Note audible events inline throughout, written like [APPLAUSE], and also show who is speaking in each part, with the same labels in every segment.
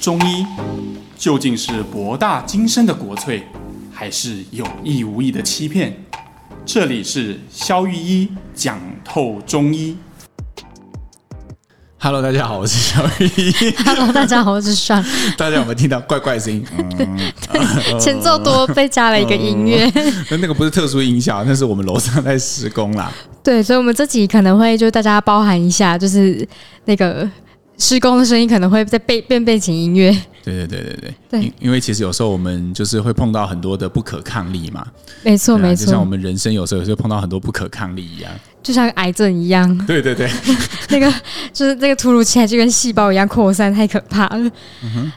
Speaker 1: 中医究竟是博大精深的国粹，还是有意无意的欺骗？这里是肖玉一讲透中医。
Speaker 2: Hello，大家好，我是小
Speaker 3: [LAUGHS]
Speaker 2: 雨。 [LAUGHS]
Speaker 3: Hello，大家好，我是爽。
Speaker 2: 大家有没有听到怪怪声音？
Speaker 3: 嗯
Speaker 2: 呃
Speaker 3: 前奏多被加了一个音乐，
Speaker 2: 那那个不是特殊音效，那是我们楼上在施工啦。
Speaker 3: [LAUGHS] 对，所以我们这集可能会就大家包含一下，就是那个施工的声音可能会在背变背景音乐，
Speaker 2: 对对对对对，
Speaker 3: 对
Speaker 2: 因因为其实有时候我们就是会碰到很多的不可抗力嘛，
Speaker 3: 没错
Speaker 2: 对啊
Speaker 3: 没
Speaker 2: 就像我
Speaker 3: 错，
Speaker 2: 们人生有时候也是会碰到很多不可抗力一样。
Speaker 3: 就像癌症一样，
Speaker 2: 对对对，
Speaker 3: 那个就是那个突如其来就跟细胞一样扩散，太可怕了、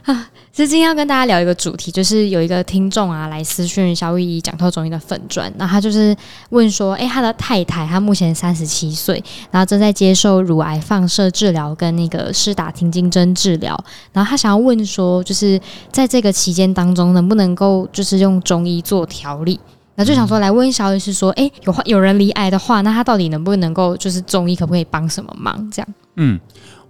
Speaker 3: 啊！所以今天要跟大家聊一个主题，就是有一个听众啊来私讯小雨怡讲透中医的粉砖，然后他就是问说，诶，他的太太她目前三十七岁，然后正在接受乳癌放射治疗跟那个施打停经针治疗，然后他想要问说，就是在这个期间当中，能不能够就是用中医做调理？那就想说来问小雨是说，诶，哎有患有人离癌的话，那他到底能不能够就是中医可不可以帮什么忙？这样，
Speaker 2: 嗯，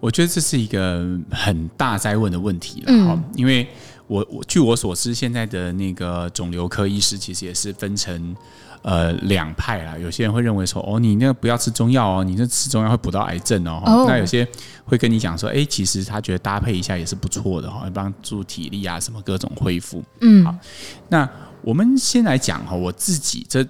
Speaker 2: 我觉得这是一个很大灾问的问题了哈、因为我我据我所知，现在的那个肿瘤科医师其实也是分成呃两派啦。有些人会认为说，哦，你那个不要吃中药哦，你这吃中药会补到癌症哦。
Speaker 3: 哦
Speaker 2: 那有些会跟你讲说，哎、其实他觉得搭配一下也是不错的哈，帮助体力啊什么各种恢复。
Speaker 3: 嗯
Speaker 2: 好，那我们先来讲哈，我自己这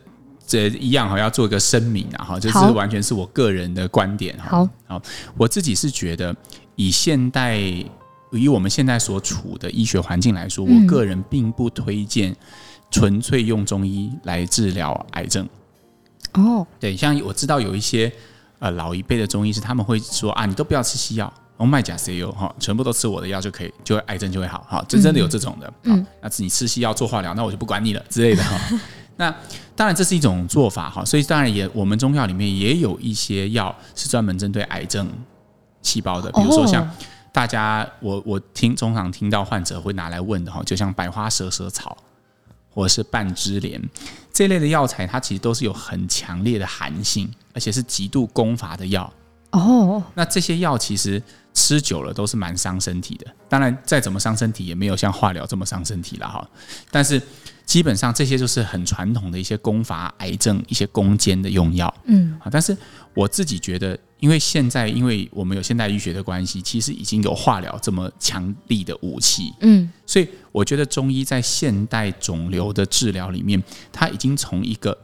Speaker 2: 这一样哈，要做一个声明啊哈，这是
Speaker 3: 好
Speaker 2: 完全是我个人的观点哈。
Speaker 3: 好，
Speaker 2: 好，我自己是觉得以现代以我们现在所处的医学环境来说，
Speaker 3: 嗯
Speaker 2: 我个人并不推荐纯粹用中医来治疗癌症。
Speaker 3: 哦，
Speaker 2: 对，像我知道有一些呃老一辈的中医师，他们会说啊，你都不要吃西药，我卖甲 C U 哈，全部都吃我的药就可以，就会癌症就会好，好，真真的有这种的，
Speaker 3: 嗯
Speaker 2: 嗯，那你吃西药做化疗，那我就不管你了之类的哈。 [LAUGHS] 那当然这是一种做法哈，所以当然也我们中药里面也有一些药是专门针对癌症细胞的，比如说像
Speaker 3: 哦
Speaker 2: 大家我我听通常听到患者会拿来问的哈，就像百花蛇舌草或者是半枝莲这类的药材，它其实都是有很强烈的寒性，而且是极度攻伐的药。
Speaker 3: 哦，
Speaker 2: 那这些药其实吃久了都是蛮伤身体的，当然再怎么伤身体也没有像化疗这么伤身体了哈。但是基本上这些就是很传统的一些攻伐癌症、一些攻坚的用药。
Speaker 3: 嗯，
Speaker 2: 啊，但是我自己觉得，因为现在因为我们有现代医学的关系，其实已经有化疗这么强力的武器，
Speaker 3: 嗯，
Speaker 2: 所以我觉得中医在现代肿瘤的治疗里面，它已经从一个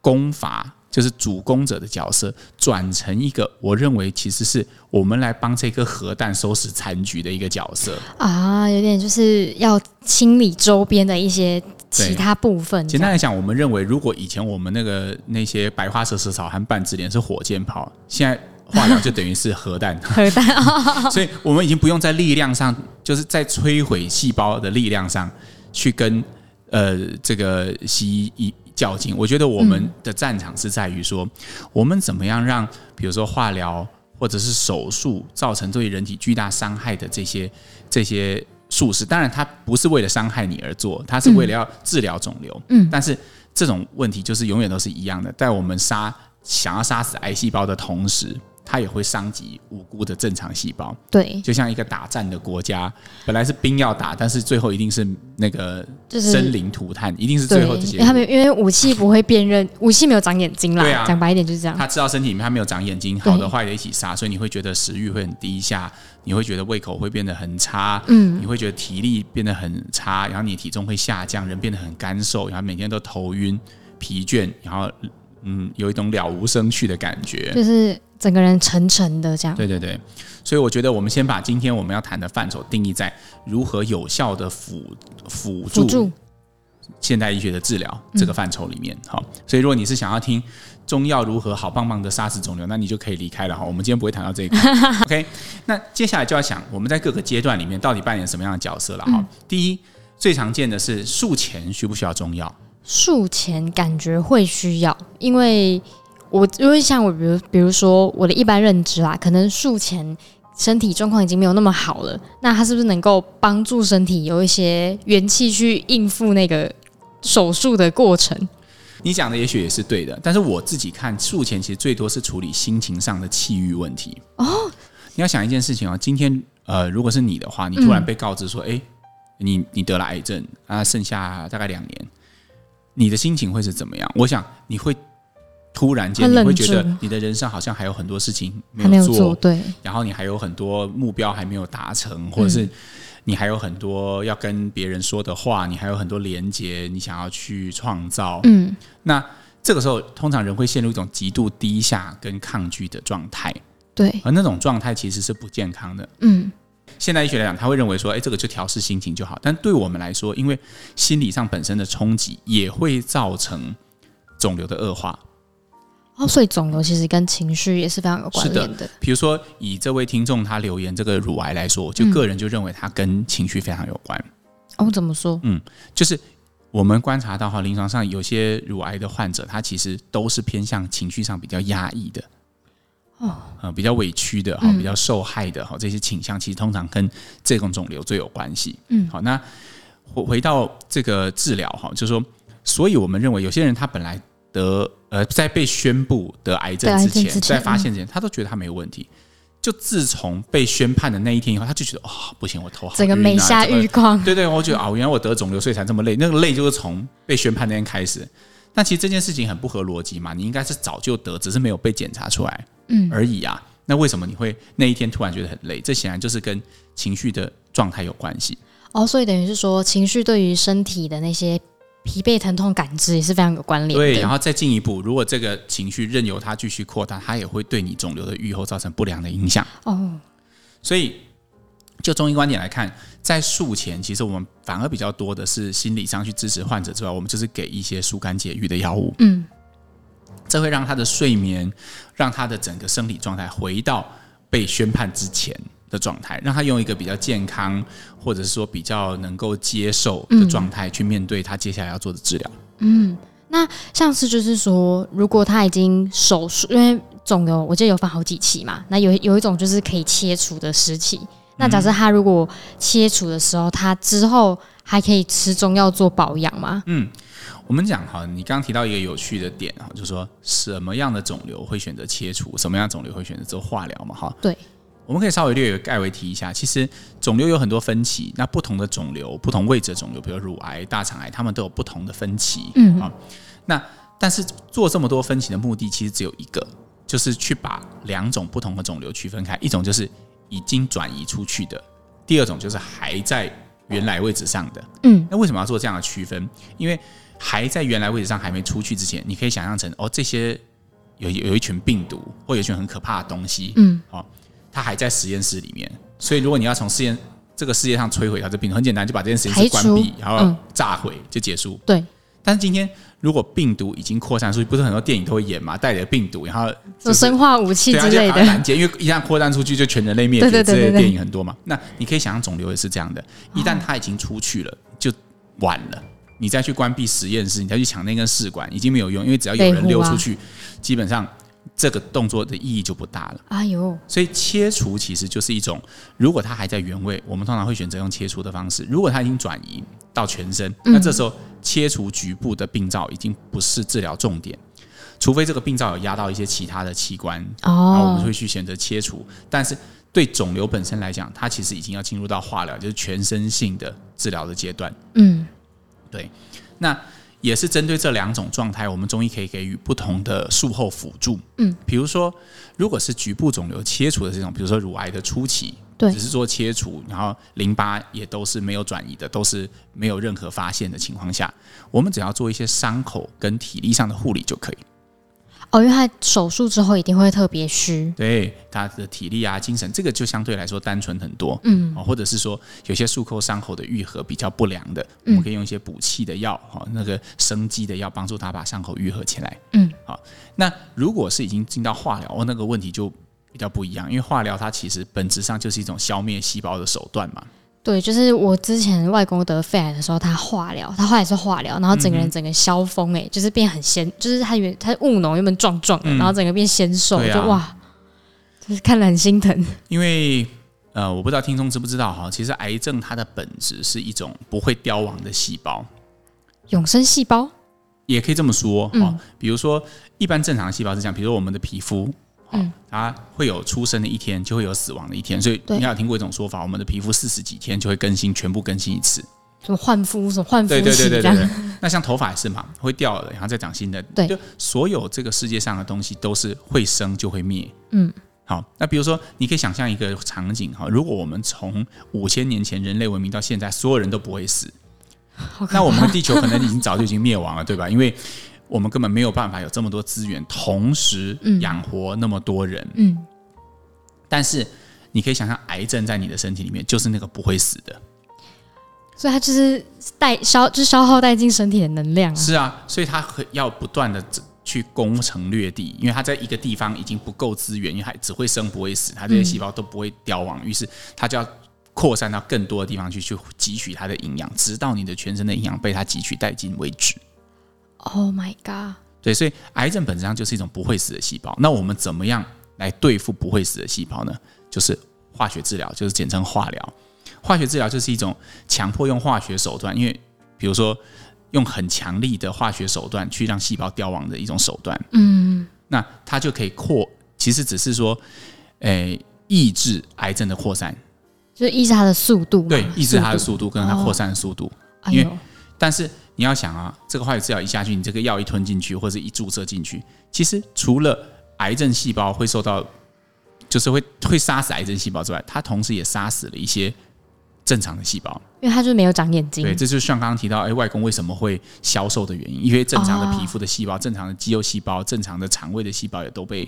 Speaker 2: 攻伐，就是主攻者的角色，转成一个我认为其实是我们来帮这颗核弹收拾残局的一个角色。
Speaker 3: 啊，有点就是要清理周边的一些
Speaker 2: 对
Speaker 3: 其他部分，
Speaker 2: 简单来讲，我们认为如果以前我们那个那些白花蛇舌草和半枝莲是火箭炮，现在化疗就等于是核弹。
Speaker 3: [LAUGHS] 核弹，
Speaker 2: [LAUGHS] 所以我们已经不用在力量上，就是在摧毁细胞的力量上去跟呃这个西医较劲。我觉得我
Speaker 3: 嗯
Speaker 2: 们的战场是在于说，我们怎么样让比如说化疗或者是手术造成对人体巨大伤害的这些这些术式，当然它不是为了伤害你而做，它是为了要治疗肿瘤。
Speaker 3: 嗯
Speaker 2: 但是这种问题就是永远都是一样的，在我们杀想要杀死癌细胞的同时，它也会伤及无辜的正常细胞。
Speaker 3: 对，
Speaker 2: 就像一个打战的国家，本来是兵要打，但是最后一定是那个
Speaker 3: 就是
Speaker 2: 生灵涂炭，一定是
Speaker 3: 对，
Speaker 2: 最后的
Speaker 3: 因
Speaker 2: 结
Speaker 3: 为他
Speaker 2: 果。
Speaker 3: 们因为武器不会辨认，武器没有长眼睛
Speaker 2: 对
Speaker 3: 啦，
Speaker 2: 啊
Speaker 3: 讲白一点就是这样，
Speaker 2: 他知道身体里面他没有长眼睛，好的
Speaker 3: 对
Speaker 2: 坏的一起杀，所以你会觉得食欲会很低下，你会觉得胃口会变得很差，
Speaker 3: 嗯
Speaker 2: 你会觉得体力变得很差，然后你体重会下降，人变得很干瘦，然后每天都头晕、疲倦，然后嗯，有一种了无生趣的感觉。
Speaker 3: 就是整个人沉沉的这样，
Speaker 2: 对对对，所以我觉得我们先把今天我们要谈的范畴定义在如何有效的辅辅
Speaker 3: 辅
Speaker 2: 助
Speaker 3: 助，
Speaker 2: 现代医学的治疗这个范畴里面。好，所以如果你是想要听中药如何好棒棒的杀死肿瘤，那你就可以离开了哈。我们今天不会谈到这个。OK，那接下来就要想我们在各个阶段里面到底扮演什么样的角色了哈。第一，最常见的是术前需不需要中药？
Speaker 3: 术前感觉会需要，因为我因为像我比如比如说我的一般认知啦，可能术前身体状况已经没有那么好了，那它是不是能够帮助身体有一些元气去应付那个手术的过程？
Speaker 2: 你讲的也许也是对的，但是我自己看术前其实最多是处理心情上的气郁问题。哦，你要想一件事情哦，今天呃，如果是你的话，你突然被告知
Speaker 3: 嗯
Speaker 2: 说，哎、你你得了癌症啊，剩下大概两年，你的心情会是怎么样？我想你会突然间
Speaker 3: 会
Speaker 2: 你
Speaker 3: 愣
Speaker 2: 会觉得
Speaker 3: 住
Speaker 2: 你的人生好像还有很多事情没
Speaker 3: 还没有
Speaker 2: 做，
Speaker 3: 做对，
Speaker 2: 然后你还有很多目标还没有达成，或者是你还有很多要跟别人说的话，你还有很多连接，你想要去创造。
Speaker 3: 嗯，
Speaker 2: 那这个时候，通常人会陷入一种极度低下跟抗拒的状态，
Speaker 3: 对，
Speaker 2: 而那种状态其实是不健康的。
Speaker 3: 嗯，
Speaker 2: 现代医学来讲，他会认为说，哎，这个就调试心情就好。但对我们来说，因为心理上本身的冲击也会造成肿瘤的恶化。
Speaker 3: 哦，所以肿瘤其实跟情绪也是非常有关联的，
Speaker 2: 比如说，以这位听众他留言这个乳癌来说，我就个人就认为它跟情绪非常有关。
Speaker 3: 哦，怎么说？
Speaker 2: 就是我们观察到哈，临床上有些乳癌的患者，他其实都是偏向情绪上比较压抑的，
Speaker 3: 哦，嗯
Speaker 2: 呃，比较委屈的啊哈，比较受害的哈，这些倾向其实通常跟这种肿瘤最有关系。
Speaker 3: 嗯
Speaker 2: 好，那回回到这个治疗哈，就是说，所以我们认为有些人他本来得呃，在被宣布得癌症
Speaker 3: 得癌
Speaker 2: 之
Speaker 3: 症
Speaker 2: 前，
Speaker 3: 之前嗯
Speaker 2: 在发现之前，他都觉得他没有问题。就自从被宣判的那一天以后，他就觉得哦，不行，我头好
Speaker 3: 整个
Speaker 2: 晕啊
Speaker 3: 美下
Speaker 2: 整个
Speaker 3: 玉眶，
Speaker 2: 对对，我觉得啊，原来我得肿瘤，所以才这么累。那个累就是从被宣判那天开始。但其实这件事情很不合逻辑嘛，你应该是早就得，只是没有被检查出来，
Speaker 3: 嗯
Speaker 2: 而已啊。那为什么你会那一天突然觉得很累？这显然就是跟情绪的状态有关系。
Speaker 3: [LAUGHS] 哦，所以等于是说，情绪对于身体的那些疲惫、疼痛感知也是非常有关联的。
Speaker 2: 对，然后再进一步，如果这个情绪任由它继续扩大，它也会对你肿瘤的预后造成不良的影响。
Speaker 3: 哦，
Speaker 2: 所以，就中医观点来看，在术前其实我们反而比较多的是心理上去支持患者之外，我们就是给一些疏肝解郁的药物。
Speaker 3: 嗯，
Speaker 2: 这会让他的睡眠，让他的整个生理状态回到被宣判之前的状态，让他用一个比较健康，或者是说比较能够接受的状态去面对他接下来要做的治疗。
Speaker 3: 像是就是说，如果他已经手术，因为肿瘤我记得有分好几期嘛，那有有一种就是可以切除的时期。那假设他如果切除的时候，他之后还可以吃中药做保养吗？
Speaker 2: 我们讲哈，你刚刚提到一个有趣的点哈，就是说什么样的肿瘤会选择切除，什么样的肿瘤会选择做化疗嘛哈？
Speaker 3: 对，
Speaker 2: 我们可以稍微略有概为提一下。其实肿瘤有很多分期，那不同的肿瘤、不同位置的肿瘤，比如乳癌、大肠癌，它们都有不同的分期。
Speaker 3: 嗯
Speaker 2: 啊，那但是做这么多分期的目的其实只有一个，就是去把两种不同的肿瘤区分开，一种就是已经转移出去的，第二种就是还在原来位置上的。
Speaker 3: 嗯，
Speaker 2: 那为什么要做这样的区分？因为还在原来位置上还没出去之前，你可以想象成哦，这些有有一群病毒或有一群很可怕的东西，
Speaker 3: 嗯，
Speaker 2: 哦，它还在实验室里面，所以如果你要从实验这个世界上摧毁掉这病毒，很简单，就把这件实验室
Speaker 3: 排
Speaker 2: 关
Speaker 3: 除
Speaker 2: 闭，然后
Speaker 3: 嗯
Speaker 2: 炸毁、就结束。
Speaker 3: 对，
Speaker 2: 但是今天如果病毒已经扩散出去，不是很多电影都会演嘛，带着病毒，然后
Speaker 3: 什么
Speaker 2: 就是
Speaker 3: 生化武器
Speaker 2: 对啊，
Speaker 3: 之
Speaker 2: 就
Speaker 3: 类
Speaker 2: 把它
Speaker 3: 的，
Speaker 2: 拦截，因为一旦扩散出去，就全人类灭
Speaker 3: 对
Speaker 2: 绝
Speaker 3: 对
Speaker 2: 之
Speaker 3: 对
Speaker 2: 类的
Speaker 3: 对对
Speaker 2: 电影很多嘛。那你可以想象肿瘤也是这样的，一旦它已经出去了，就晚了。你再去关闭实验室，你再去抢那根试管，已经没有用，因为只要有
Speaker 3: 被
Speaker 2: 人
Speaker 3: 呼
Speaker 2: 溜
Speaker 3: 啊
Speaker 2: 出去，基本上这个动作的意义就不大了。
Speaker 3: 哎呦，
Speaker 2: 所以切除其实就是一种，如果它还在原位，我们通常会选择用切除的方式；如果它已经转移到全身，那这时候切除局部的病灶已经不是治疗重点，除非这个病灶有压到一些其他的器官，然后我
Speaker 3: 哦
Speaker 2: 们，会去选择切除。但是对肿瘤本身来讲，它其实已经要进入到化疗，就是全身性的治疗的阶段。
Speaker 3: 嗯，
Speaker 2: 那也是针对这两种状态，我们中医可以给予不同的术后辅助。
Speaker 3: 嗯，
Speaker 2: 比如说，如果是局部肿瘤切除的这种，比如说乳癌的初期，
Speaker 3: 对
Speaker 2: 只是做切除，然后淋巴也都是没有转移的，都是没有任何发现的情况下，我们只要做一些伤口跟体力上的护理就可以。
Speaker 3: 哦，因为他手术之后一定会特别虚，
Speaker 2: 对他的体力啊、精神，这个就相对来说单纯很多。
Speaker 3: 嗯
Speaker 2: 哦，或者是说有些术后伤口的愈合比较不良的，我
Speaker 3: 嗯
Speaker 2: 们可以用一些补气的药，哈、哦，那个生肌的药帮助他把伤口愈合起来。
Speaker 3: 嗯，
Speaker 2: 好、那如果是已经进到化疗，哦，那个问题就比较不一样，因为化疗它其实本质上就是一种消灭细胞的手段嘛。
Speaker 3: 对，就是我之前外公得肺癌的时候，他化疗，他后来是化疗，然后整个
Speaker 2: 嗯
Speaker 3: 人整个消风、欸，哎、就是变很纤，就是他原他务农原本壮壮的，
Speaker 2: 嗯
Speaker 3: 然后整个变纤瘦，
Speaker 2: 对啊
Speaker 3: 就哇，就是看了很心疼。
Speaker 2: 因为呃，我不知道听众知不知道哈，其实癌症它的本质是一种不会凋亡的细胞，
Speaker 3: 永生细胞，
Speaker 2: 也可以这么说哈、
Speaker 3: 嗯
Speaker 2: 比如说，一般正常细胞是这样，比如说我们的皮肤，嗯，它会有出生的一天，就会有死亡的一天，所以
Speaker 3: 对
Speaker 2: 你要有听过一种说法，我们的皮肤四十几天就会更新，全部更新一次。
Speaker 3: 什么换肤，什么换肤
Speaker 2: 对对
Speaker 3: 期
Speaker 2: 对对
Speaker 3: 这
Speaker 2: 对
Speaker 3: 样，
Speaker 2: 对。那像头发也是嘛，会掉了，然后再长新的。
Speaker 3: 对
Speaker 2: 就所有这个世界上的东西都是会生就会灭。
Speaker 3: 嗯。
Speaker 2: 好，那比如说，你可以想象一个场景哈，如果我们从五千年前人类文明到现在，所有人都不会死，
Speaker 3: 好可怕
Speaker 2: 那我们的地球可能已经早就已经灭亡了，对吧？因为我们根本没有办法有这么多资源，同时
Speaker 3: 嗯
Speaker 2: 养活那么多人。
Speaker 3: 嗯，
Speaker 2: 但是你可以想象，癌症在你的身体里面就是那个不会死的。
Speaker 3: 所以它就是带消，就是消耗殆尽身体的能量啊。
Speaker 2: 是啊，所以它很要不断的去攻城略地，因为它在一个地方已经不够资源，因为它只会生不会死，它这些细胞都不会凋亡，于是它就要扩散到更多的地方去，去汲取它的营养，直到你的全身的营养被它汲取殆尽为止。
Speaker 3: Oh my god！
Speaker 2: 对，所以癌症本质上就是一种不会死的细胞。那我们怎么样来对付不会死的细胞呢？就是化学治疗，就是简称化疗。化学治疗就是一种强迫用化学手段，因为比如说用很强力的化学手段去让细胞凋亡的一种手段。
Speaker 3: 嗯，
Speaker 2: 那它就可以扩，其实只是说，诶、抑制癌症的扩散，
Speaker 3: 就是抑制它的速度嘛，
Speaker 2: 对，抑制它的
Speaker 3: 度。哦
Speaker 2: 速度跟它扩散的速度。
Speaker 3: 哎
Speaker 2: 因为
Speaker 3: 呦，
Speaker 2: 但是你要想啊，这个化学治疗一下去，你这个药一吞进去或者一注射进去，其实除了癌症细胞会受到，就是会会杀死癌症细胞之外，它同时也杀死了一些正常的细胞。
Speaker 3: 因为它就是没有长眼睛，
Speaker 2: 对，这就是像刚刚提到，哎，外公为什么会消瘦的原因，因为正常的皮肤的细胞、正常的肌肉细胞、正常的肠胃的细胞也都被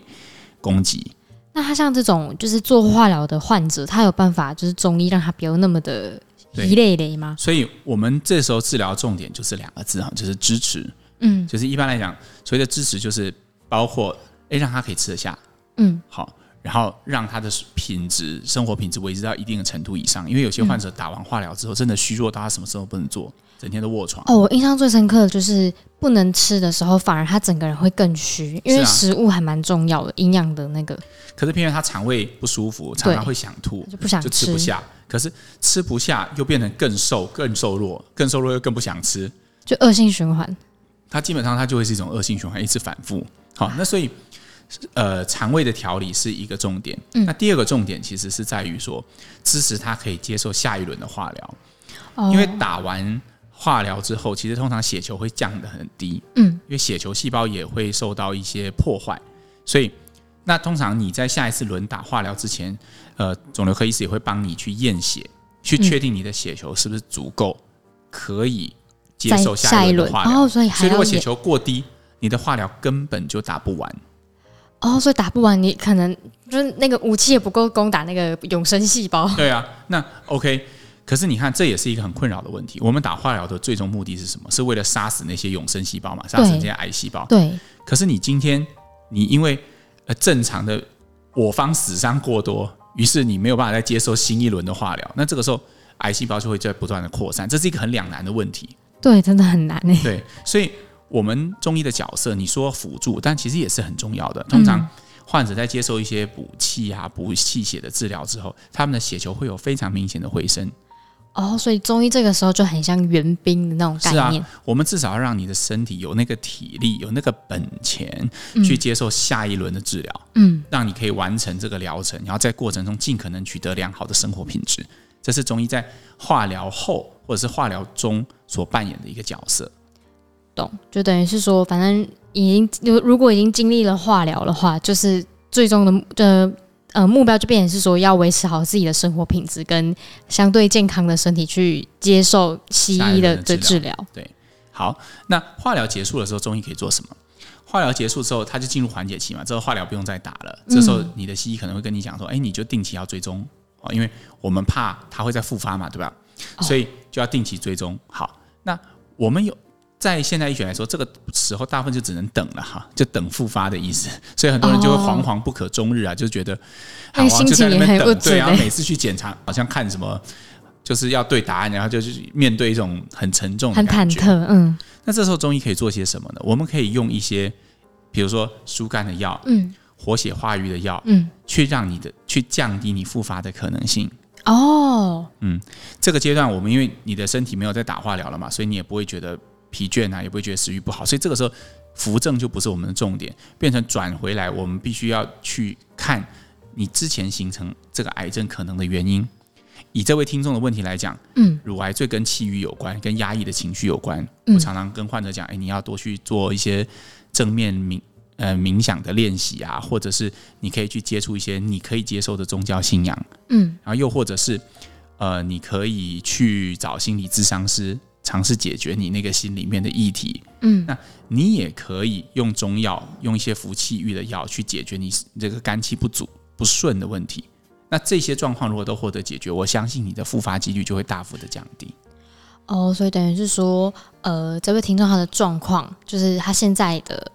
Speaker 2: 攻击。
Speaker 3: 那他像这种就是做化疗的患者，他有办法就是中医让他不要那么的
Speaker 2: 对
Speaker 3: 一类类吗？
Speaker 2: 所以我们这时候治疗重点就是两个字哈，就是支持。
Speaker 3: 嗯
Speaker 2: 就是一般来讲，所谓的支持就是包括哎，让他可以吃得下，
Speaker 3: 嗯，
Speaker 2: 好，然后让他的品质、生活品质维持到一定的程度以上。因为有些患者打完化疗之后，真的虚弱到他什么事都不能做，整天都卧床。
Speaker 3: 哦，我印象最深刻的就是不能吃的时候，反而他整个人会更虚，因为食
Speaker 2: 啊
Speaker 3: 物还蛮重要的，营养的那个
Speaker 2: 可是偏偏他肠胃不舒服，常常会想吐
Speaker 3: 他，就不想
Speaker 2: 就吃不下。可是吃不下又变成更瘦、更瘦弱，更瘦弱又更不想吃。
Speaker 3: 就恶性循环。
Speaker 2: 它基本上它就会是一种恶性循环，一直反复。好，
Speaker 3: 嗯
Speaker 2: 那所以呃，肠胃的调理是一个重点。
Speaker 3: 嗯
Speaker 2: 那第二个重点其实是在于说，支持他可以接受下一轮的化疗，
Speaker 3: 哦
Speaker 2: 因为打完化疗之后，其实通常血球会降得很低，
Speaker 3: 嗯，
Speaker 2: 因为血球细胞也会受到一些破坏，所以。那通常你在下一次轮打化疗之前，呃，肿瘤科医师也会帮你去验血，去
Speaker 3: 嗯
Speaker 2: 确定你的血球是不是足够，可以接
Speaker 3: 再
Speaker 2: 受
Speaker 3: 下
Speaker 2: 一
Speaker 3: 一
Speaker 2: 轮
Speaker 3: 轮
Speaker 2: 的化疗。
Speaker 3: 哦，所以
Speaker 2: 所
Speaker 3: 还
Speaker 2: 以如
Speaker 3: 要
Speaker 2: 果血
Speaker 3: 也
Speaker 2: 球过低，你的化疗根本就打不完。
Speaker 3: 哦，所以打不完，你可能就是那个武器也不够攻打那个永生细胞。
Speaker 2: 对啊，那 OK。可是你看，这也是一个很困扰的问题。我们打化疗的最终目的是什么？是为了杀死那些永生细胞嘛，杀死那些癌细胞。
Speaker 3: [LAUGHS] 对，
Speaker 2: 可是你今天，你因为呃正常的我方死伤过多，于是你没有办法再接受新一轮的化疗。那这个时候，癌细胞就会在不断的扩散，这是一个很两难的问题。
Speaker 3: 对，真的很难欸诶。
Speaker 2: 对，所以我们中医的角色，你说辅助，但其实也是很重要的。通常患者在接受一些补气啊、补气血的治疗之后，他们的血球会有非常明显的回升。
Speaker 3: 哦，所以中医这个时候就很像援兵的那种
Speaker 2: 是
Speaker 3: 概
Speaker 2: 啊
Speaker 3: 念。，
Speaker 2: 我们至少要让你的身体有那个体力、有那个本钱去接受下一轮的治疗，
Speaker 3: 嗯，
Speaker 2: 让你可以完成这个疗程，然后在过程中尽可能取得良好的生活品质。这是中医在化疗后或者是化疗中所扮演的一个角色。
Speaker 3: 懂，就等于是说，反正已经如如果已经经历了化疗的话，就是最终的目呃呃目标就变成是说要维持好自己的生活品质跟相对健康的身体去接受西
Speaker 2: 下一
Speaker 3: 医
Speaker 2: 轮的
Speaker 3: 的的
Speaker 2: 治
Speaker 3: 治疗。
Speaker 2: 好，那化疗结束的时候，中医可以做什么？化疗结束之后，它就进入缓解期嘛，之后化疗不用再打了。这时候
Speaker 3: 嗯
Speaker 2: 你的西医可能会跟你讲说，哎、你就定期要追踪哦，因为我们怕它会再复发嘛，对吧？所
Speaker 3: 哦
Speaker 2: 以就要定期追踪。好，那我们有。在现代医学来说，这个时候大部分就只能等了哈，就等复发的意思，所以很多人就会惶惶不可终日啊，就觉得好啊，
Speaker 3: 那个哦哎心
Speaker 2: 就在
Speaker 3: 情
Speaker 2: 那
Speaker 3: 也
Speaker 2: 边
Speaker 3: 很
Speaker 2: 等，
Speaker 3: 不准
Speaker 2: 对，然后
Speaker 3: 欸
Speaker 2: 每次去
Speaker 3: [LAUGHS]
Speaker 2: 检查，好像看什么，就是要对答案，然后就是面对一种很沉重的
Speaker 3: 很
Speaker 2: 感
Speaker 3: 忐
Speaker 2: 觉。
Speaker 3: 忑，嗯
Speaker 2: 那这时候中医可以做些什么呢？我们可以用一些，比如说疏肝的药、
Speaker 3: 嗯
Speaker 2: 活血化瘀的药，
Speaker 3: 嗯，
Speaker 2: 去让你的去降低你复发的可能性。
Speaker 3: 哦，
Speaker 2: 这个阶段，我们因为你的身体没有在打化疗了嘛，所以你也不会觉得疲倦啊，也不会觉得食欲不好，所以这个时候扶正就不是我们的重点，变成转回来，我们必须要去看你之前形成这个癌症可能的原因。以这位听众的问题来讲，
Speaker 3: 嗯，
Speaker 2: 乳癌最跟气郁有关，跟压抑的情绪有关。
Speaker 3: 嗯
Speaker 2: 我常常跟患者讲，哎、你要多去做一些正面冥呃冥想的练习啊，或者是你可以去接触一些你可以接受的宗教信仰，
Speaker 3: 嗯
Speaker 2: 然后又或者是呃，你可以去找心理咨商师，尝试解决你那个心里面的议题。
Speaker 3: 嗯
Speaker 2: 那你也可以用中药，用一些服气郁的药去解决你这个肝气不足、不顺的问题。那这些状况如果都获得解决，我相信你的复发几率就会大幅的降低。
Speaker 3: 哦，所以等于是说，呃，这位听众他的状况就是他现在的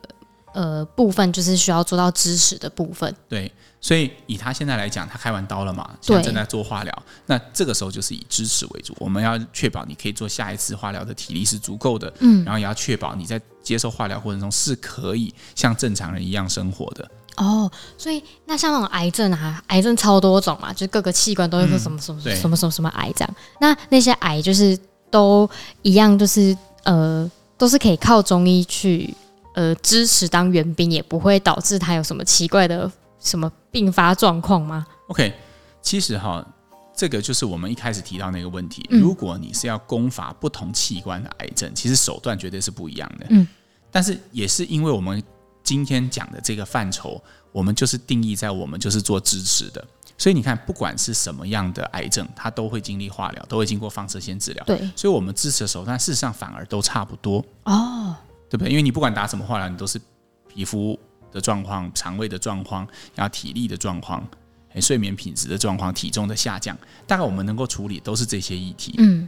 Speaker 3: 呃部分就是需要做到支持的部分，
Speaker 2: 对，所以以他现在来讲，他开完刀了嘛，现在
Speaker 3: 对
Speaker 2: 正在做化疗。那这个时候就是以支持为主，我们要确保你可以做下一次化疗的体力是足够的，
Speaker 3: 嗯
Speaker 2: 然后也要确保你在接受化疗过程中是可以像正常人一样生活的。
Speaker 3: 哦，所以那像那种癌症啊，癌症超多种啊嘛，就是各个器官都会说
Speaker 2: 嗯
Speaker 3: 什么什么
Speaker 2: 对
Speaker 3: 什么什么什么癌这样。那那些癌就是都一样，就是呃，都是可以靠中医去呃支持当援兵，也不会导致他有什么奇怪的什么并发状况吗？
Speaker 2: OK，其实哈，这个就是我们一开始提到那个问题。
Speaker 3: 嗯
Speaker 2: 如果你是要攻伐不同器官的癌症，其实手段绝对是不一样的。
Speaker 3: 嗯，
Speaker 2: 但是也是因为我们今天讲的这个范畴，我们就是定义在我们就是做支持的。所以你看，不管是什么样的癌症，它都会经历化疗，都会经过放射线治疗。
Speaker 3: 对，
Speaker 2: 所以我们支持的手段事实上反而都差不多。
Speaker 3: 哦，
Speaker 2: 对不对？因为你不管打什么化疗，你都是皮肤的状况、肠胃的状况，然后体力的状况、诶睡眠品质的状况、体重的下降，大概我们能够处理都是这些议题。
Speaker 3: 嗯，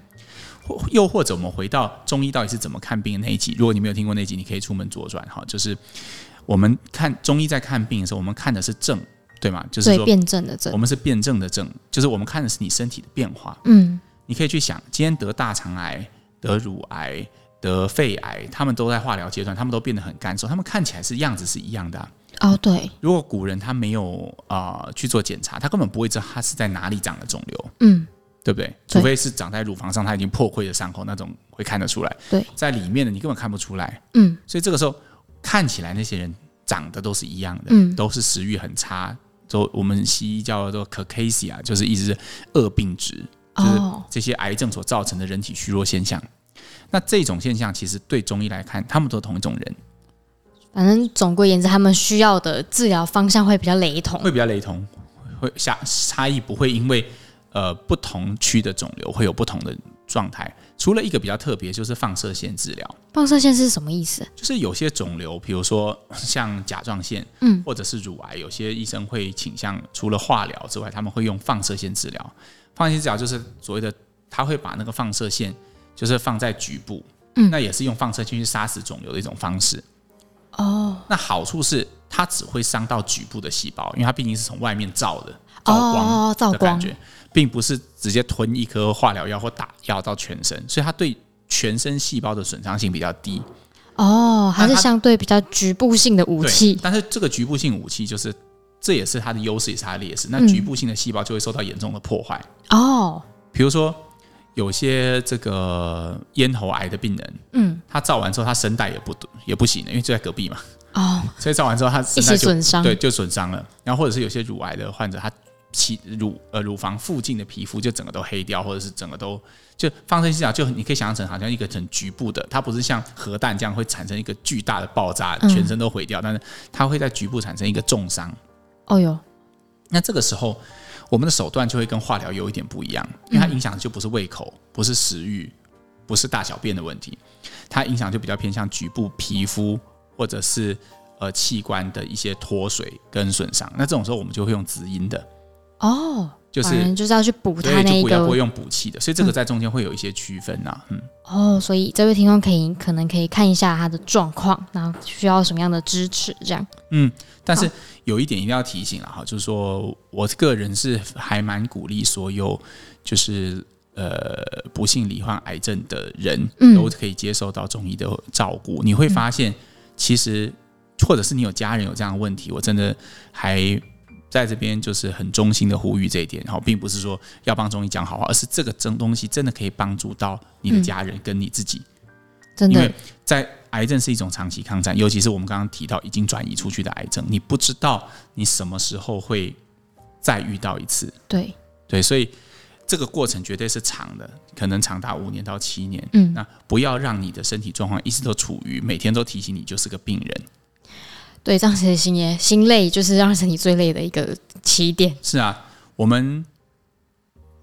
Speaker 2: 或又或者我们回到中医到底是怎么看病的那一集，如果你没有听过那一集，你可以出门左转哈，就是我们看中医在看病的时候，我们看的是症，对吗？就是
Speaker 3: 所以
Speaker 2: 说
Speaker 3: 辩证的
Speaker 2: 我
Speaker 3: 症，
Speaker 2: 们是辩证的症，就是我们看的是你身体的变化。
Speaker 3: 嗯
Speaker 2: 你可以去想，今天得大肠癌、得乳癌、得肺癌，他们都在化疗阶段，他们都变得很干瘦，他们看起来是样子是一样的啊、
Speaker 3: 哦，对，
Speaker 2: 如果古人他没有啊去做检查，他根本不会知道他是在哪里长的肿瘤，
Speaker 3: 嗯
Speaker 2: 对不对？除非是长在乳房上，他已经破溃的伤口那种会看得出来。
Speaker 3: 对，
Speaker 2: 在里面的你根本看不出来，
Speaker 3: 嗯
Speaker 2: 所以这个时候看起来那些人长得都是一样的，
Speaker 3: 嗯
Speaker 2: 都是食欲很差，都我们西医叫做 caucasia，就是啊意思是恶病值。就是
Speaker 3: 哦，
Speaker 2: 这些癌症所造成的人体虚弱现象。那这种现象其实对中医来看，他们都是同一种人，
Speaker 3: 反正总归言之，他们需要的治疗方向会比较雷同。
Speaker 2: 会比较雷同，会下差异不会因为呃不同区的肿瘤会有不同的状态。除了一个比较特别，就是放射线治疗，
Speaker 3: 放射线是什么意思？
Speaker 2: 就是有些肿瘤，比如说 [LAUGHS] 像甲状腺，
Speaker 3: 嗯
Speaker 2: 或者是乳癌，有些医生会倾向除了化疗之外，他们会用放射线治疗。放射线治疗就是所谓的，他会把那个放射线就是放在局部，
Speaker 3: 嗯
Speaker 2: 那也是用放射线去杀死肿瘤的一种方式。
Speaker 3: 哦，
Speaker 2: 那好处是它只会伤到局部的细胞，因为它毕竟是从外面照的，照光
Speaker 3: 哦，照
Speaker 2: 的感
Speaker 3: 光，
Speaker 2: 觉，并不是直接吞一颗化疗药或打药到全身，所以它对全身细胞的损伤性比较低。
Speaker 3: 哦，还是
Speaker 2: 它
Speaker 3: 相对比较局部性的武
Speaker 2: 对，
Speaker 3: 器。
Speaker 2: 但是这个局部性武器就是，这也是它的优势，也是它的劣势。那
Speaker 3: 嗯
Speaker 2: 局部性的细胞就会受到严重的破坏，
Speaker 3: 哦，
Speaker 2: 比如说有些这个咽喉癌的病人，
Speaker 3: 嗯，
Speaker 2: 他照完之后他声带也不也不行了，因为就在隔壁嘛，
Speaker 3: 哦，
Speaker 2: [LAUGHS] 所以照完之后他
Speaker 3: 一
Speaker 2: 声带
Speaker 3: 起
Speaker 2: 就
Speaker 3: 损伤。
Speaker 2: 对就损伤了。然后或者是有些乳癌的患者，他其乳呃乳房附近的皮肤就整个都黑掉，或者是整个都就放射性治疗，就你可以想象成好像一个很局部的，它不是像核弹这样会产生一个巨大的爆炸，
Speaker 3: 嗯
Speaker 2: 全身都毁掉，但是它会在局部产生一个重伤。
Speaker 3: 哦哟，
Speaker 2: 那这个时候，我们的手段就会跟化疗有一点不一样，因为它影响的就不是胃
Speaker 3: 嗯
Speaker 2: 口，不是食欲，不是大小便的问题，它影响就比较偏向局部皮肤或者是呃器官的一些脱水跟损伤。那这种时候，我们就会用滋阴的，
Speaker 3: 哦，
Speaker 2: 就是
Speaker 3: 反正就是要去补
Speaker 2: 所
Speaker 3: 他
Speaker 2: 以
Speaker 3: 那
Speaker 2: 就
Speaker 3: 一
Speaker 2: 不要不会
Speaker 3: 个。嗯
Speaker 2: 用补气的，所以这个在中间会有一些区分呐、嗯，
Speaker 3: 哦，所以这位听众可以可能可以看一下他的状况，然后需要什么样的支持，这样。
Speaker 2: 但是
Speaker 3: 好
Speaker 2: 有一点一定要提醒了哈，就是说我个人是还蛮鼓励所有就是呃不幸罹患癌症的人，
Speaker 3: 嗯
Speaker 2: 都可以接受到中医的照顾。你会发现，其实或者是你有家人有这样的问题，我真的还。在这边就是很衷心的呼吁这一点，好，并不是说要帮中医讲好话，而是这个真东西真的可以帮助到你的
Speaker 3: 嗯
Speaker 2: 家人跟你自己，
Speaker 3: 真
Speaker 2: 因
Speaker 3: 的
Speaker 2: 为，在癌症是一种长期抗战，尤其是我们刚刚提到已经转移出去的癌症，你不知道你什么时候会再遇到一次，
Speaker 3: 对，
Speaker 2: 对，所以这个过程绝对是长的，可能长达五年到七年。
Speaker 3: 嗯，
Speaker 2: 那不要让你的身体状况一直都处于每天都提醒你就是个病人。
Speaker 3: 对，这样其实心也心累，就是让身体最累的一个起点。
Speaker 2: 是啊，我们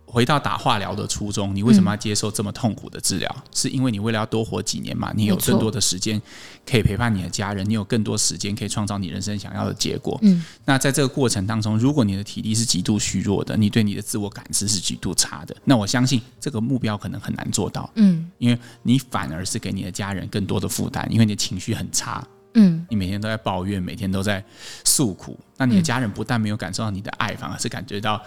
Speaker 2: 回到打化疗的初衷，你为什么要接受这么痛苦的治疗？是因为你为了要多活几年嘛？你有
Speaker 3: 没错
Speaker 2: 更多的时间可以陪伴你的家人，你有更多时间可以创造你人生想要的结果。
Speaker 3: 嗯，
Speaker 2: 那在这个过程当中，如果你的体力是极度虚弱的，你对你的自我感知是极度差的，那我相信这个目标可能很难做到，
Speaker 3: 嗯
Speaker 2: 因为你反而是给你的家人更多的负担，因为你的情绪很差，
Speaker 3: 嗯，
Speaker 2: 你每天都在抱怨，每天都在诉苦，那你的家人不但没有感受到你的爱，反而是感觉到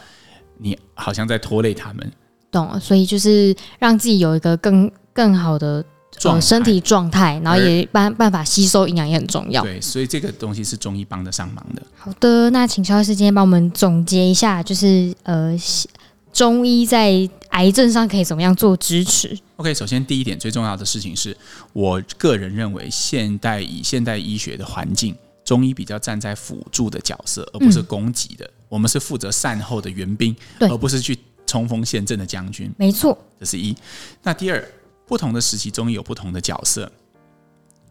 Speaker 2: 你好像在拖累他们。
Speaker 3: 懂了。所以就是让自己有一个更更好的呃
Speaker 2: 状态
Speaker 3: 身体状态，然后也办办法吸收营养也很重要。
Speaker 2: 对，所以这个东西是中医帮得上忙的。
Speaker 3: 好的，那请肖医师今天帮我们总结一下，就是呃，西中医在癌症上可以怎么样做支持？
Speaker 2: OK，首先第一点最重要的事情是，我个人认为现代以现代医学的环境，中医比较站在辅助的角色，而不是攻击的。我们是负责善后的援兵，
Speaker 3: 嗯对
Speaker 2: 而不是去冲锋陷阵的将军。
Speaker 3: 没错，
Speaker 2: 这是一。那第二，不同的时期中医有不同的角色。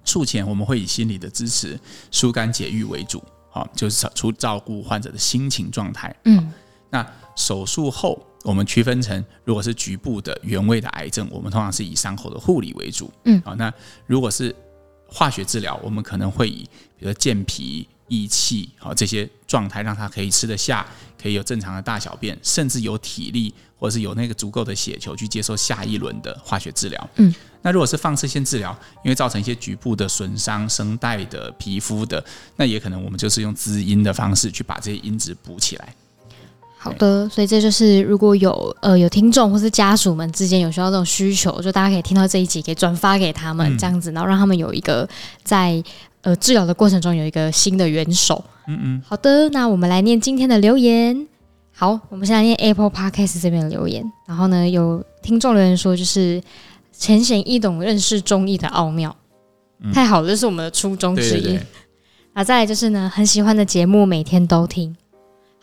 Speaker 2: 术前我们会以心理的支持、疏肝解郁为主，好、就是照出照顾患者的心情状态。啊
Speaker 3: 嗯，
Speaker 2: 那手术后，我们区分成，如果是局部的原位的癌症，我们通常是以伤口的护理为主。
Speaker 3: 嗯
Speaker 2: 好、那如果是化学治疗，我们可能会以比如说健脾、益气，好、这些状态，让它可以吃得下，可以有正常的大小便，甚至有体力或者是有那个足够的血球去接受下一轮的化学治疗。
Speaker 3: 嗯，
Speaker 2: 那如果是放射线治疗，因为造成一些局部的损伤、声带的、皮肤的，那也可能我们就是用滋阴的方式去把这些因子补起来。
Speaker 3: 好的，所以这就是如果有呃有听众或是家属们之间有需要这种需求，就大家可以听到这一集，给转发给他
Speaker 2: 嗯
Speaker 3: 们、这样子，然后让他们有一个在呃治疗的过程中有一个新的援手。嗯嗯，好的，那我们来念今天的留言。好，我们现在念 Apple Podcast 这边的留言，然后呢，有听众留言说，就是浅显易懂认识中医的奥妙，太好了，这是我们的初衷之
Speaker 2: 嗯对
Speaker 3: 一。
Speaker 2: 对对，
Speaker 3: 啊，再来就是呢，很喜欢的节目，每天都听。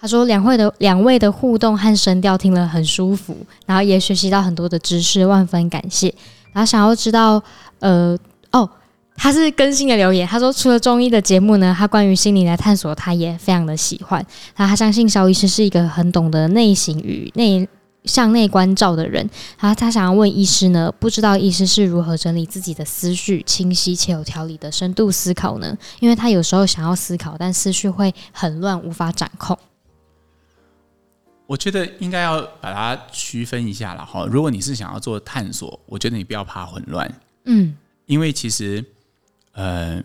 Speaker 3: 他说两位的两位的互动和声调听了很舒服，然后也学习到很多的知识，万分感谢。然后想要知道，呃，哦，他是更新的留言，他说除了中医的节目呢，他关于心理来探索，他也非常的喜欢。那他相信肖医师是一个很懂得内省与内向内关照的人。然后他想要问医师呢，不知道医师是如何整理自己的思绪，清晰且有条理的深度思考呢？因为他有时候想要思考，但思绪会很乱，无法掌控。
Speaker 2: 我觉得应该要把它区分一下了哈。如果你是想要做探索，我觉得你不要怕混乱，
Speaker 3: 嗯，
Speaker 2: 因为其实，呃，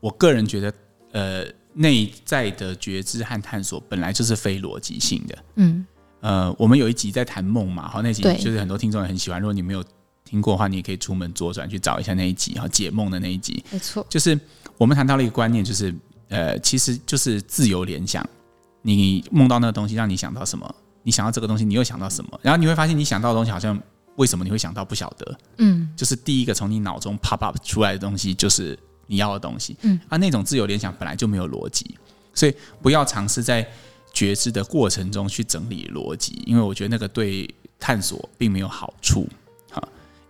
Speaker 2: 我个人觉得，呃，内在的觉知和探索本来就是非逻辑性的。
Speaker 3: 嗯，
Speaker 2: 呃，我们有一集在谈梦嘛，好，那集
Speaker 3: 对
Speaker 2: 就是很多听众也很喜欢。如果你没有听过的话，你也可以出门左转去找一下那一集，哈，解梦的那一集。
Speaker 3: 没错，
Speaker 2: 就是我们谈到了一个观念，就是呃，其实就是自由联想。你梦到那个东西，让你想到什么？你想到这个东西，你又想到什么？然后你会发现，你想到的东西好像为什么你会想到不晓得？
Speaker 3: 嗯，
Speaker 2: 就是第一个从你脑中 pop up 出来的东西，就是你要的东西。
Speaker 3: 嗯，
Speaker 2: 啊，那种自由联想本来就没有逻辑，所以不要尝试在觉知的过程中去整理逻辑，因为我觉得那个对探索并没有好处。哈，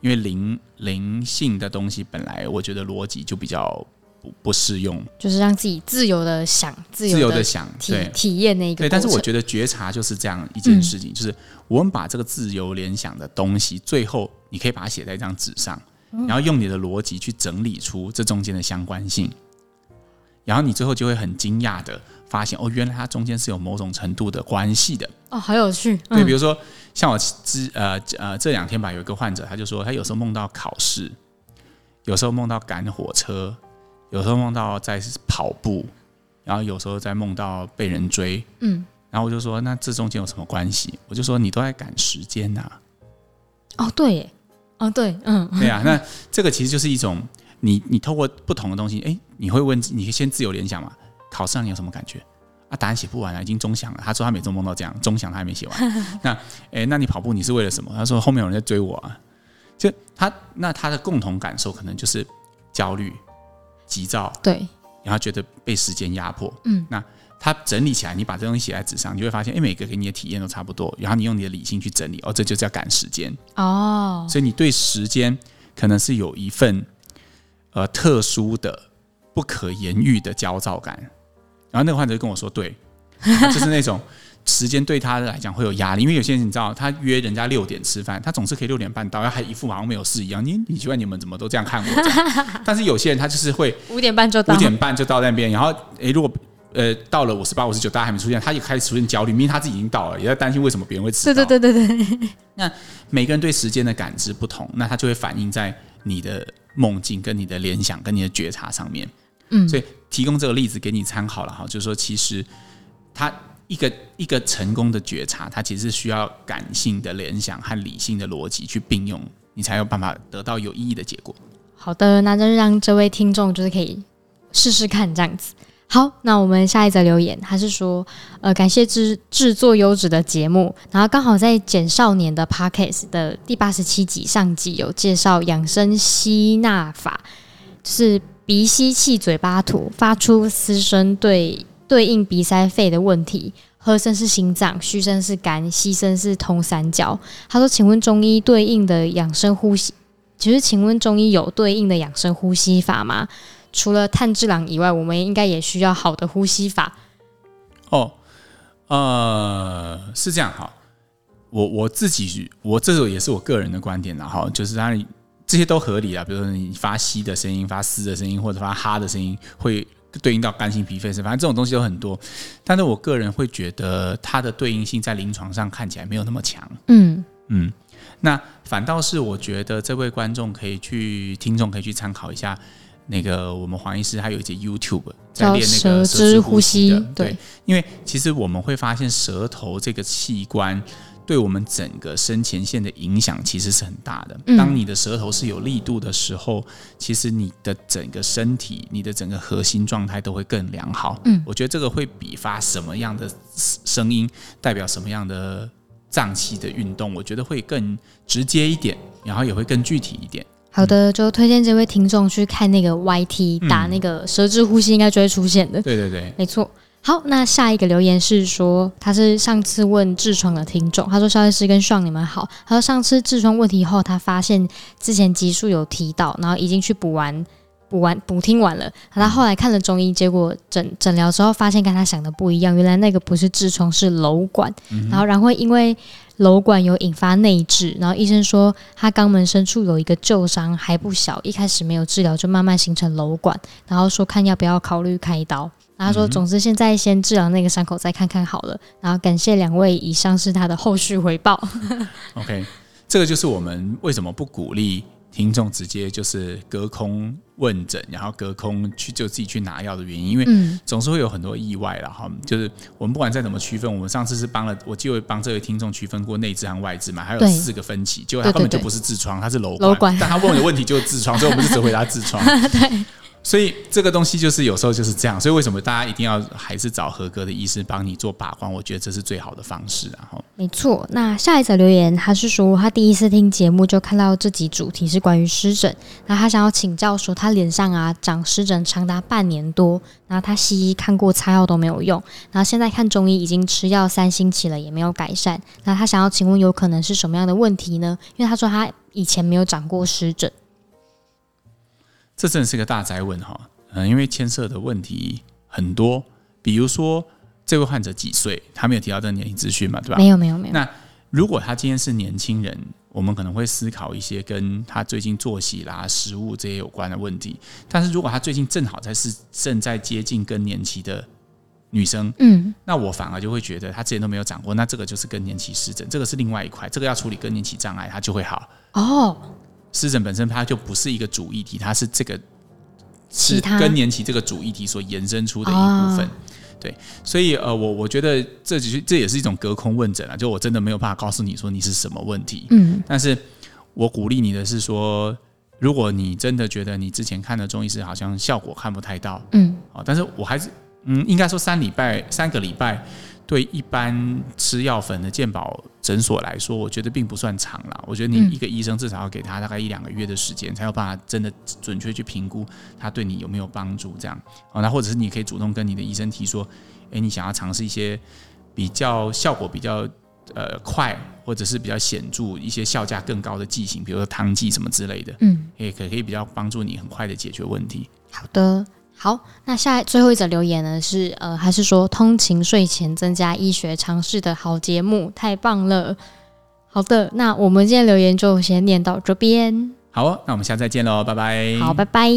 Speaker 2: 因为灵灵性的东西本来我觉得逻辑就比较不不适用，
Speaker 3: 就是让自己自由的想，自
Speaker 2: 自
Speaker 3: 由
Speaker 2: 由
Speaker 3: 的
Speaker 2: 的想，
Speaker 3: 体
Speaker 2: 对。
Speaker 3: 体验那一个
Speaker 2: 对，但是
Speaker 3: 过
Speaker 2: 我
Speaker 3: 程嗯
Speaker 2: 觉得觉察就是这样一件事情，就是我们把这个自由联想的东西，最后你可以把它写在一张纸上，
Speaker 3: 嗯
Speaker 2: 然后用你的逻辑去整理出这中间的相关性，然后你最后就会很惊讶的发现，哦，原来它中间是有某种程度的关系的。
Speaker 3: 哦，好有趣，
Speaker 2: 对，比
Speaker 3: 嗯、
Speaker 2: 如说像我之呃呃这两天吧，有一个患者，他就说他有时候梦到考试，有时候梦到赶火车，有时候梦到在跑步，然后有时候在梦到被人追，
Speaker 3: 嗯，
Speaker 2: 然后我就说那这中间有什么关系？我就说你都在赶时间呐、
Speaker 3: 哦，对耶，哦，对，嗯，
Speaker 2: 对啊，那这个其实就是一种你你透过不同的东西，哎，你会问，你先自由联想嘛，考试让你有什么感觉？啊，答案写不完了，已经中想了。他说他每周梦到这样，中想他还没写完。那，哎，那你跑步你是为了什么？他说后面有人在追我啊。就他那他的共同感受可能就是焦虑、急躁，
Speaker 3: 对，
Speaker 2: 然后觉得被时间压迫。
Speaker 3: 嗯，
Speaker 2: 那他整理起来，你把这东西写在纸上，你就会发现，哎，每个给你的体验都差不多，然后你用你的理性去整理，哦，这就叫赶时间。
Speaker 3: 哦，
Speaker 2: 所以你对时间可能是有一份呃特殊的、不可言喻的焦躁感。然后那个患者就跟我说，对， [LAUGHS] 他就是那种时间对他来讲会有压力，因为有些人你知道，他约人家六点吃饭，他总是可以六点半到，然后还一副好像没有事一样。你你奇怪，你们怎么都这样看我这样？ [LAUGHS] 但是有些人他就是会
Speaker 3: 五点半就到
Speaker 2: 五，点半就到那边，然后诶，如果呃到了五十八、五十九，大家还没出现，他就开始出现焦虑，明明他自己已经到了，也在担心为什么别人会迟到。
Speaker 3: 对对对对对，
Speaker 2: 每个人对时间的感知不同，那它就会反映在你的梦境、跟你的联想、跟你的觉察上面。
Speaker 3: 嗯
Speaker 2: 所以提供这个例子给你参考了哈，就是说，其实它一个一个成功的觉察，它其实是需要感性的联想和理性的逻辑去并用，你才有办法得到有意义的结果。
Speaker 3: 好的，那就让这位听众就是可以试试看这样子。好，那我们下一则留言，他是说，呃，感谢制制作优质的节目，然后刚好在《简少年》的 Podcast 的第八十七集上集有介绍养生吸纳法，就是鼻吸气，嘴巴吐，发出嘶声对对应鼻塞肺的问题。喝声是心脏，虚声是肝，吸声是通三焦。他说：“请问中医对应的养生呼吸其实，请问中医有对应的养生呼吸法吗？除了炭治郎以外，我们应该也需要好的呼吸法。
Speaker 2: 哦，呃，是这样哈，我我自己我这个也是我个人的观点啦哈，就是当然这些都合理啦，比如说你发吸的声音、发嘶的声音或者发哈的声音，会对应到肝心脾肺肾，反正这种东西有很多，但是我个人会觉得它的对应性在临床上看起来没有那么强。
Speaker 3: 嗯，
Speaker 2: 嗯，那反倒是我觉得这位观众可以去，听众可以去参考一下。那个我们黄医师他有一节 YouTube 在
Speaker 3: 叫
Speaker 2: 练那个
Speaker 3: 舌之
Speaker 2: 之
Speaker 3: 呼吸
Speaker 2: 的，
Speaker 3: 对
Speaker 2: 对，因为其实我们会发现舌头这个器官对我们整个生前线的影响其实是很大的。
Speaker 3: 嗯
Speaker 2: 当你的舌头是有力度的时候，其实你的整个身体、你的整个核心状态都会更良好。
Speaker 3: 嗯
Speaker 2: 我觉得这个会比发什么样的声音代表什么样的脏器的运动，我觉得会更直接一点，然后也会更具体一点。
Speaker 3: 好的，就推荐这位听众去看那个 YT，、打那个舌之呼吸，应该就会出现的。
Speaker 2: 对对对，
Speaker 3: 没错。好，那下一个留言是说，他是上次问痔疮的听众，他说肖医师跟爽你们好，他说上次痔疮问题后，他发现之前集数有提到，然后已经去补完。补完补听完了，他后来看了中医，结果诊诊疗之后发现跟他想的不一样，原来那个不是痔疮，是瘘管，然后然后因为瘘管有引发内痔，然后医生说他肛门深处有一个旧伤还不小，一开始没有治疗就慢慢形成瘘管，然后说看要不要考虑开刀。然后他说，总之现在先治疗那个伤口，再看看好了。然后感谢两位，以上是他的后续回报。 [LAUGHS]
Speaker 2: OK，这个就是我们为什么不鼓励听众直接就是隔空问诊，然后隔空去就自己去拿药的原因，因为
Speaker 3: 嗯，
Speaker 2: 总是会有很多意外了哈。就是我们不管再怎么区分，我们上次是帮了，我就帮这位听众区分过内痔和外痔嘛，还有
Speaker 3: 对
Speaker 2: 四个分歧，结果他
Speaker 3: 对对
Speaker 2: 根本就
Speaker 3: 对
Speaker 2: 不是痔疮，他是瘘
Speaker 3: 瘘管
Speaker 2: 但他问我的问题就是痔疮，所以我们就只回答痔疮。
Speaker 3: [LAUGHS] 对，
Speaker 2: 所以这个东西就是有时候就是这样，所以为什么大家一定要还是找合格的医师帮你做把关？我觉得这是最好的方式、啊，然后
Speaker 3: 没错。那下一则留言，他是说他第一次听节目就看到这集主题是关于湿疹，那他想要请教说他脸上啊长湿疹长达半年多，然后他西医看过擦药都没有用，然后现在看中医已经吃药三星期了也没有改善，那他想要请问有可能是什么样的问题呢？因为他说他以前没有长过湿疹。
Speaker 2: 这真的是个大灾问哈。嗯，因为牵涉的问题很多，比如说这位患者几岁，他没有提到这个年龄资讯嘛，对吧？
Speaker 3: 没有没有没有，
Speaker 2: 那如果他今天是年轻人，我们可能会思考一些跟他最近作息啦、食物这些有关的问题。但是如果他最近正好在是正在接近更年期的女生，
Speaker 3: 嗯，
Speaker 2: 那我反而就会觉得他之前都没有掌握，那这个就是更年期湿疹，这个是另外一块，这个要处理更年期障碍，它就会好。
Speaker 3: 哦，
Speaker 2: 湿疹本身它就不是一个主议题，它是这个
Speaker 3: 其
Speaker 2: 是
Speaker 3: 他
Speaker 2: 更年期这个主议题所延伸出的一部分。
Speaker 3: 哦
Speaker 2: 对，所以呃，我我觉得这只是这也是一种隔空问诊啊，就我真的没有办法告诉你说你是什么问题，
Speaker 3: 嗯，
Speaker 2: 但是我鼓励你的是说，如果你真的觉得你之前看的中医师好像效果看不太到，
Speaker 3: 嗯，
Speaker 2: 哦，但是我还是嗯，应该说三礼拜三个礼拜对一般吃药粉的健保诊所来说，我觉得并不算长啦。我觉得
Speaker 3: 嗯
Speaker 2: 你一个医生至少要给他大概一两个月的时间，才有办法真的准确去评估他对你有没有帮助。这样，哦，那或者是你可以主动跟你的医生提说，诶，你想要尝试一些比较效果比较呃快，或者是比较显著一些效价更高的剂型，比如说汤剂什么之类的，
Speaker 3: 嗯，
Speaker 2: 也可可以比较帮助你很快的解决问题。
Speaker 3: 好的。好，那下最后一则留言呢是呃，还是说通勤睡前增加医学常识的好节目，太棒了。好的，那我们今天留言就先念到这边。
Speaker 2: 好哦，那我们下次再见喽，拜拜。
Speaker 3: 好，拜拜。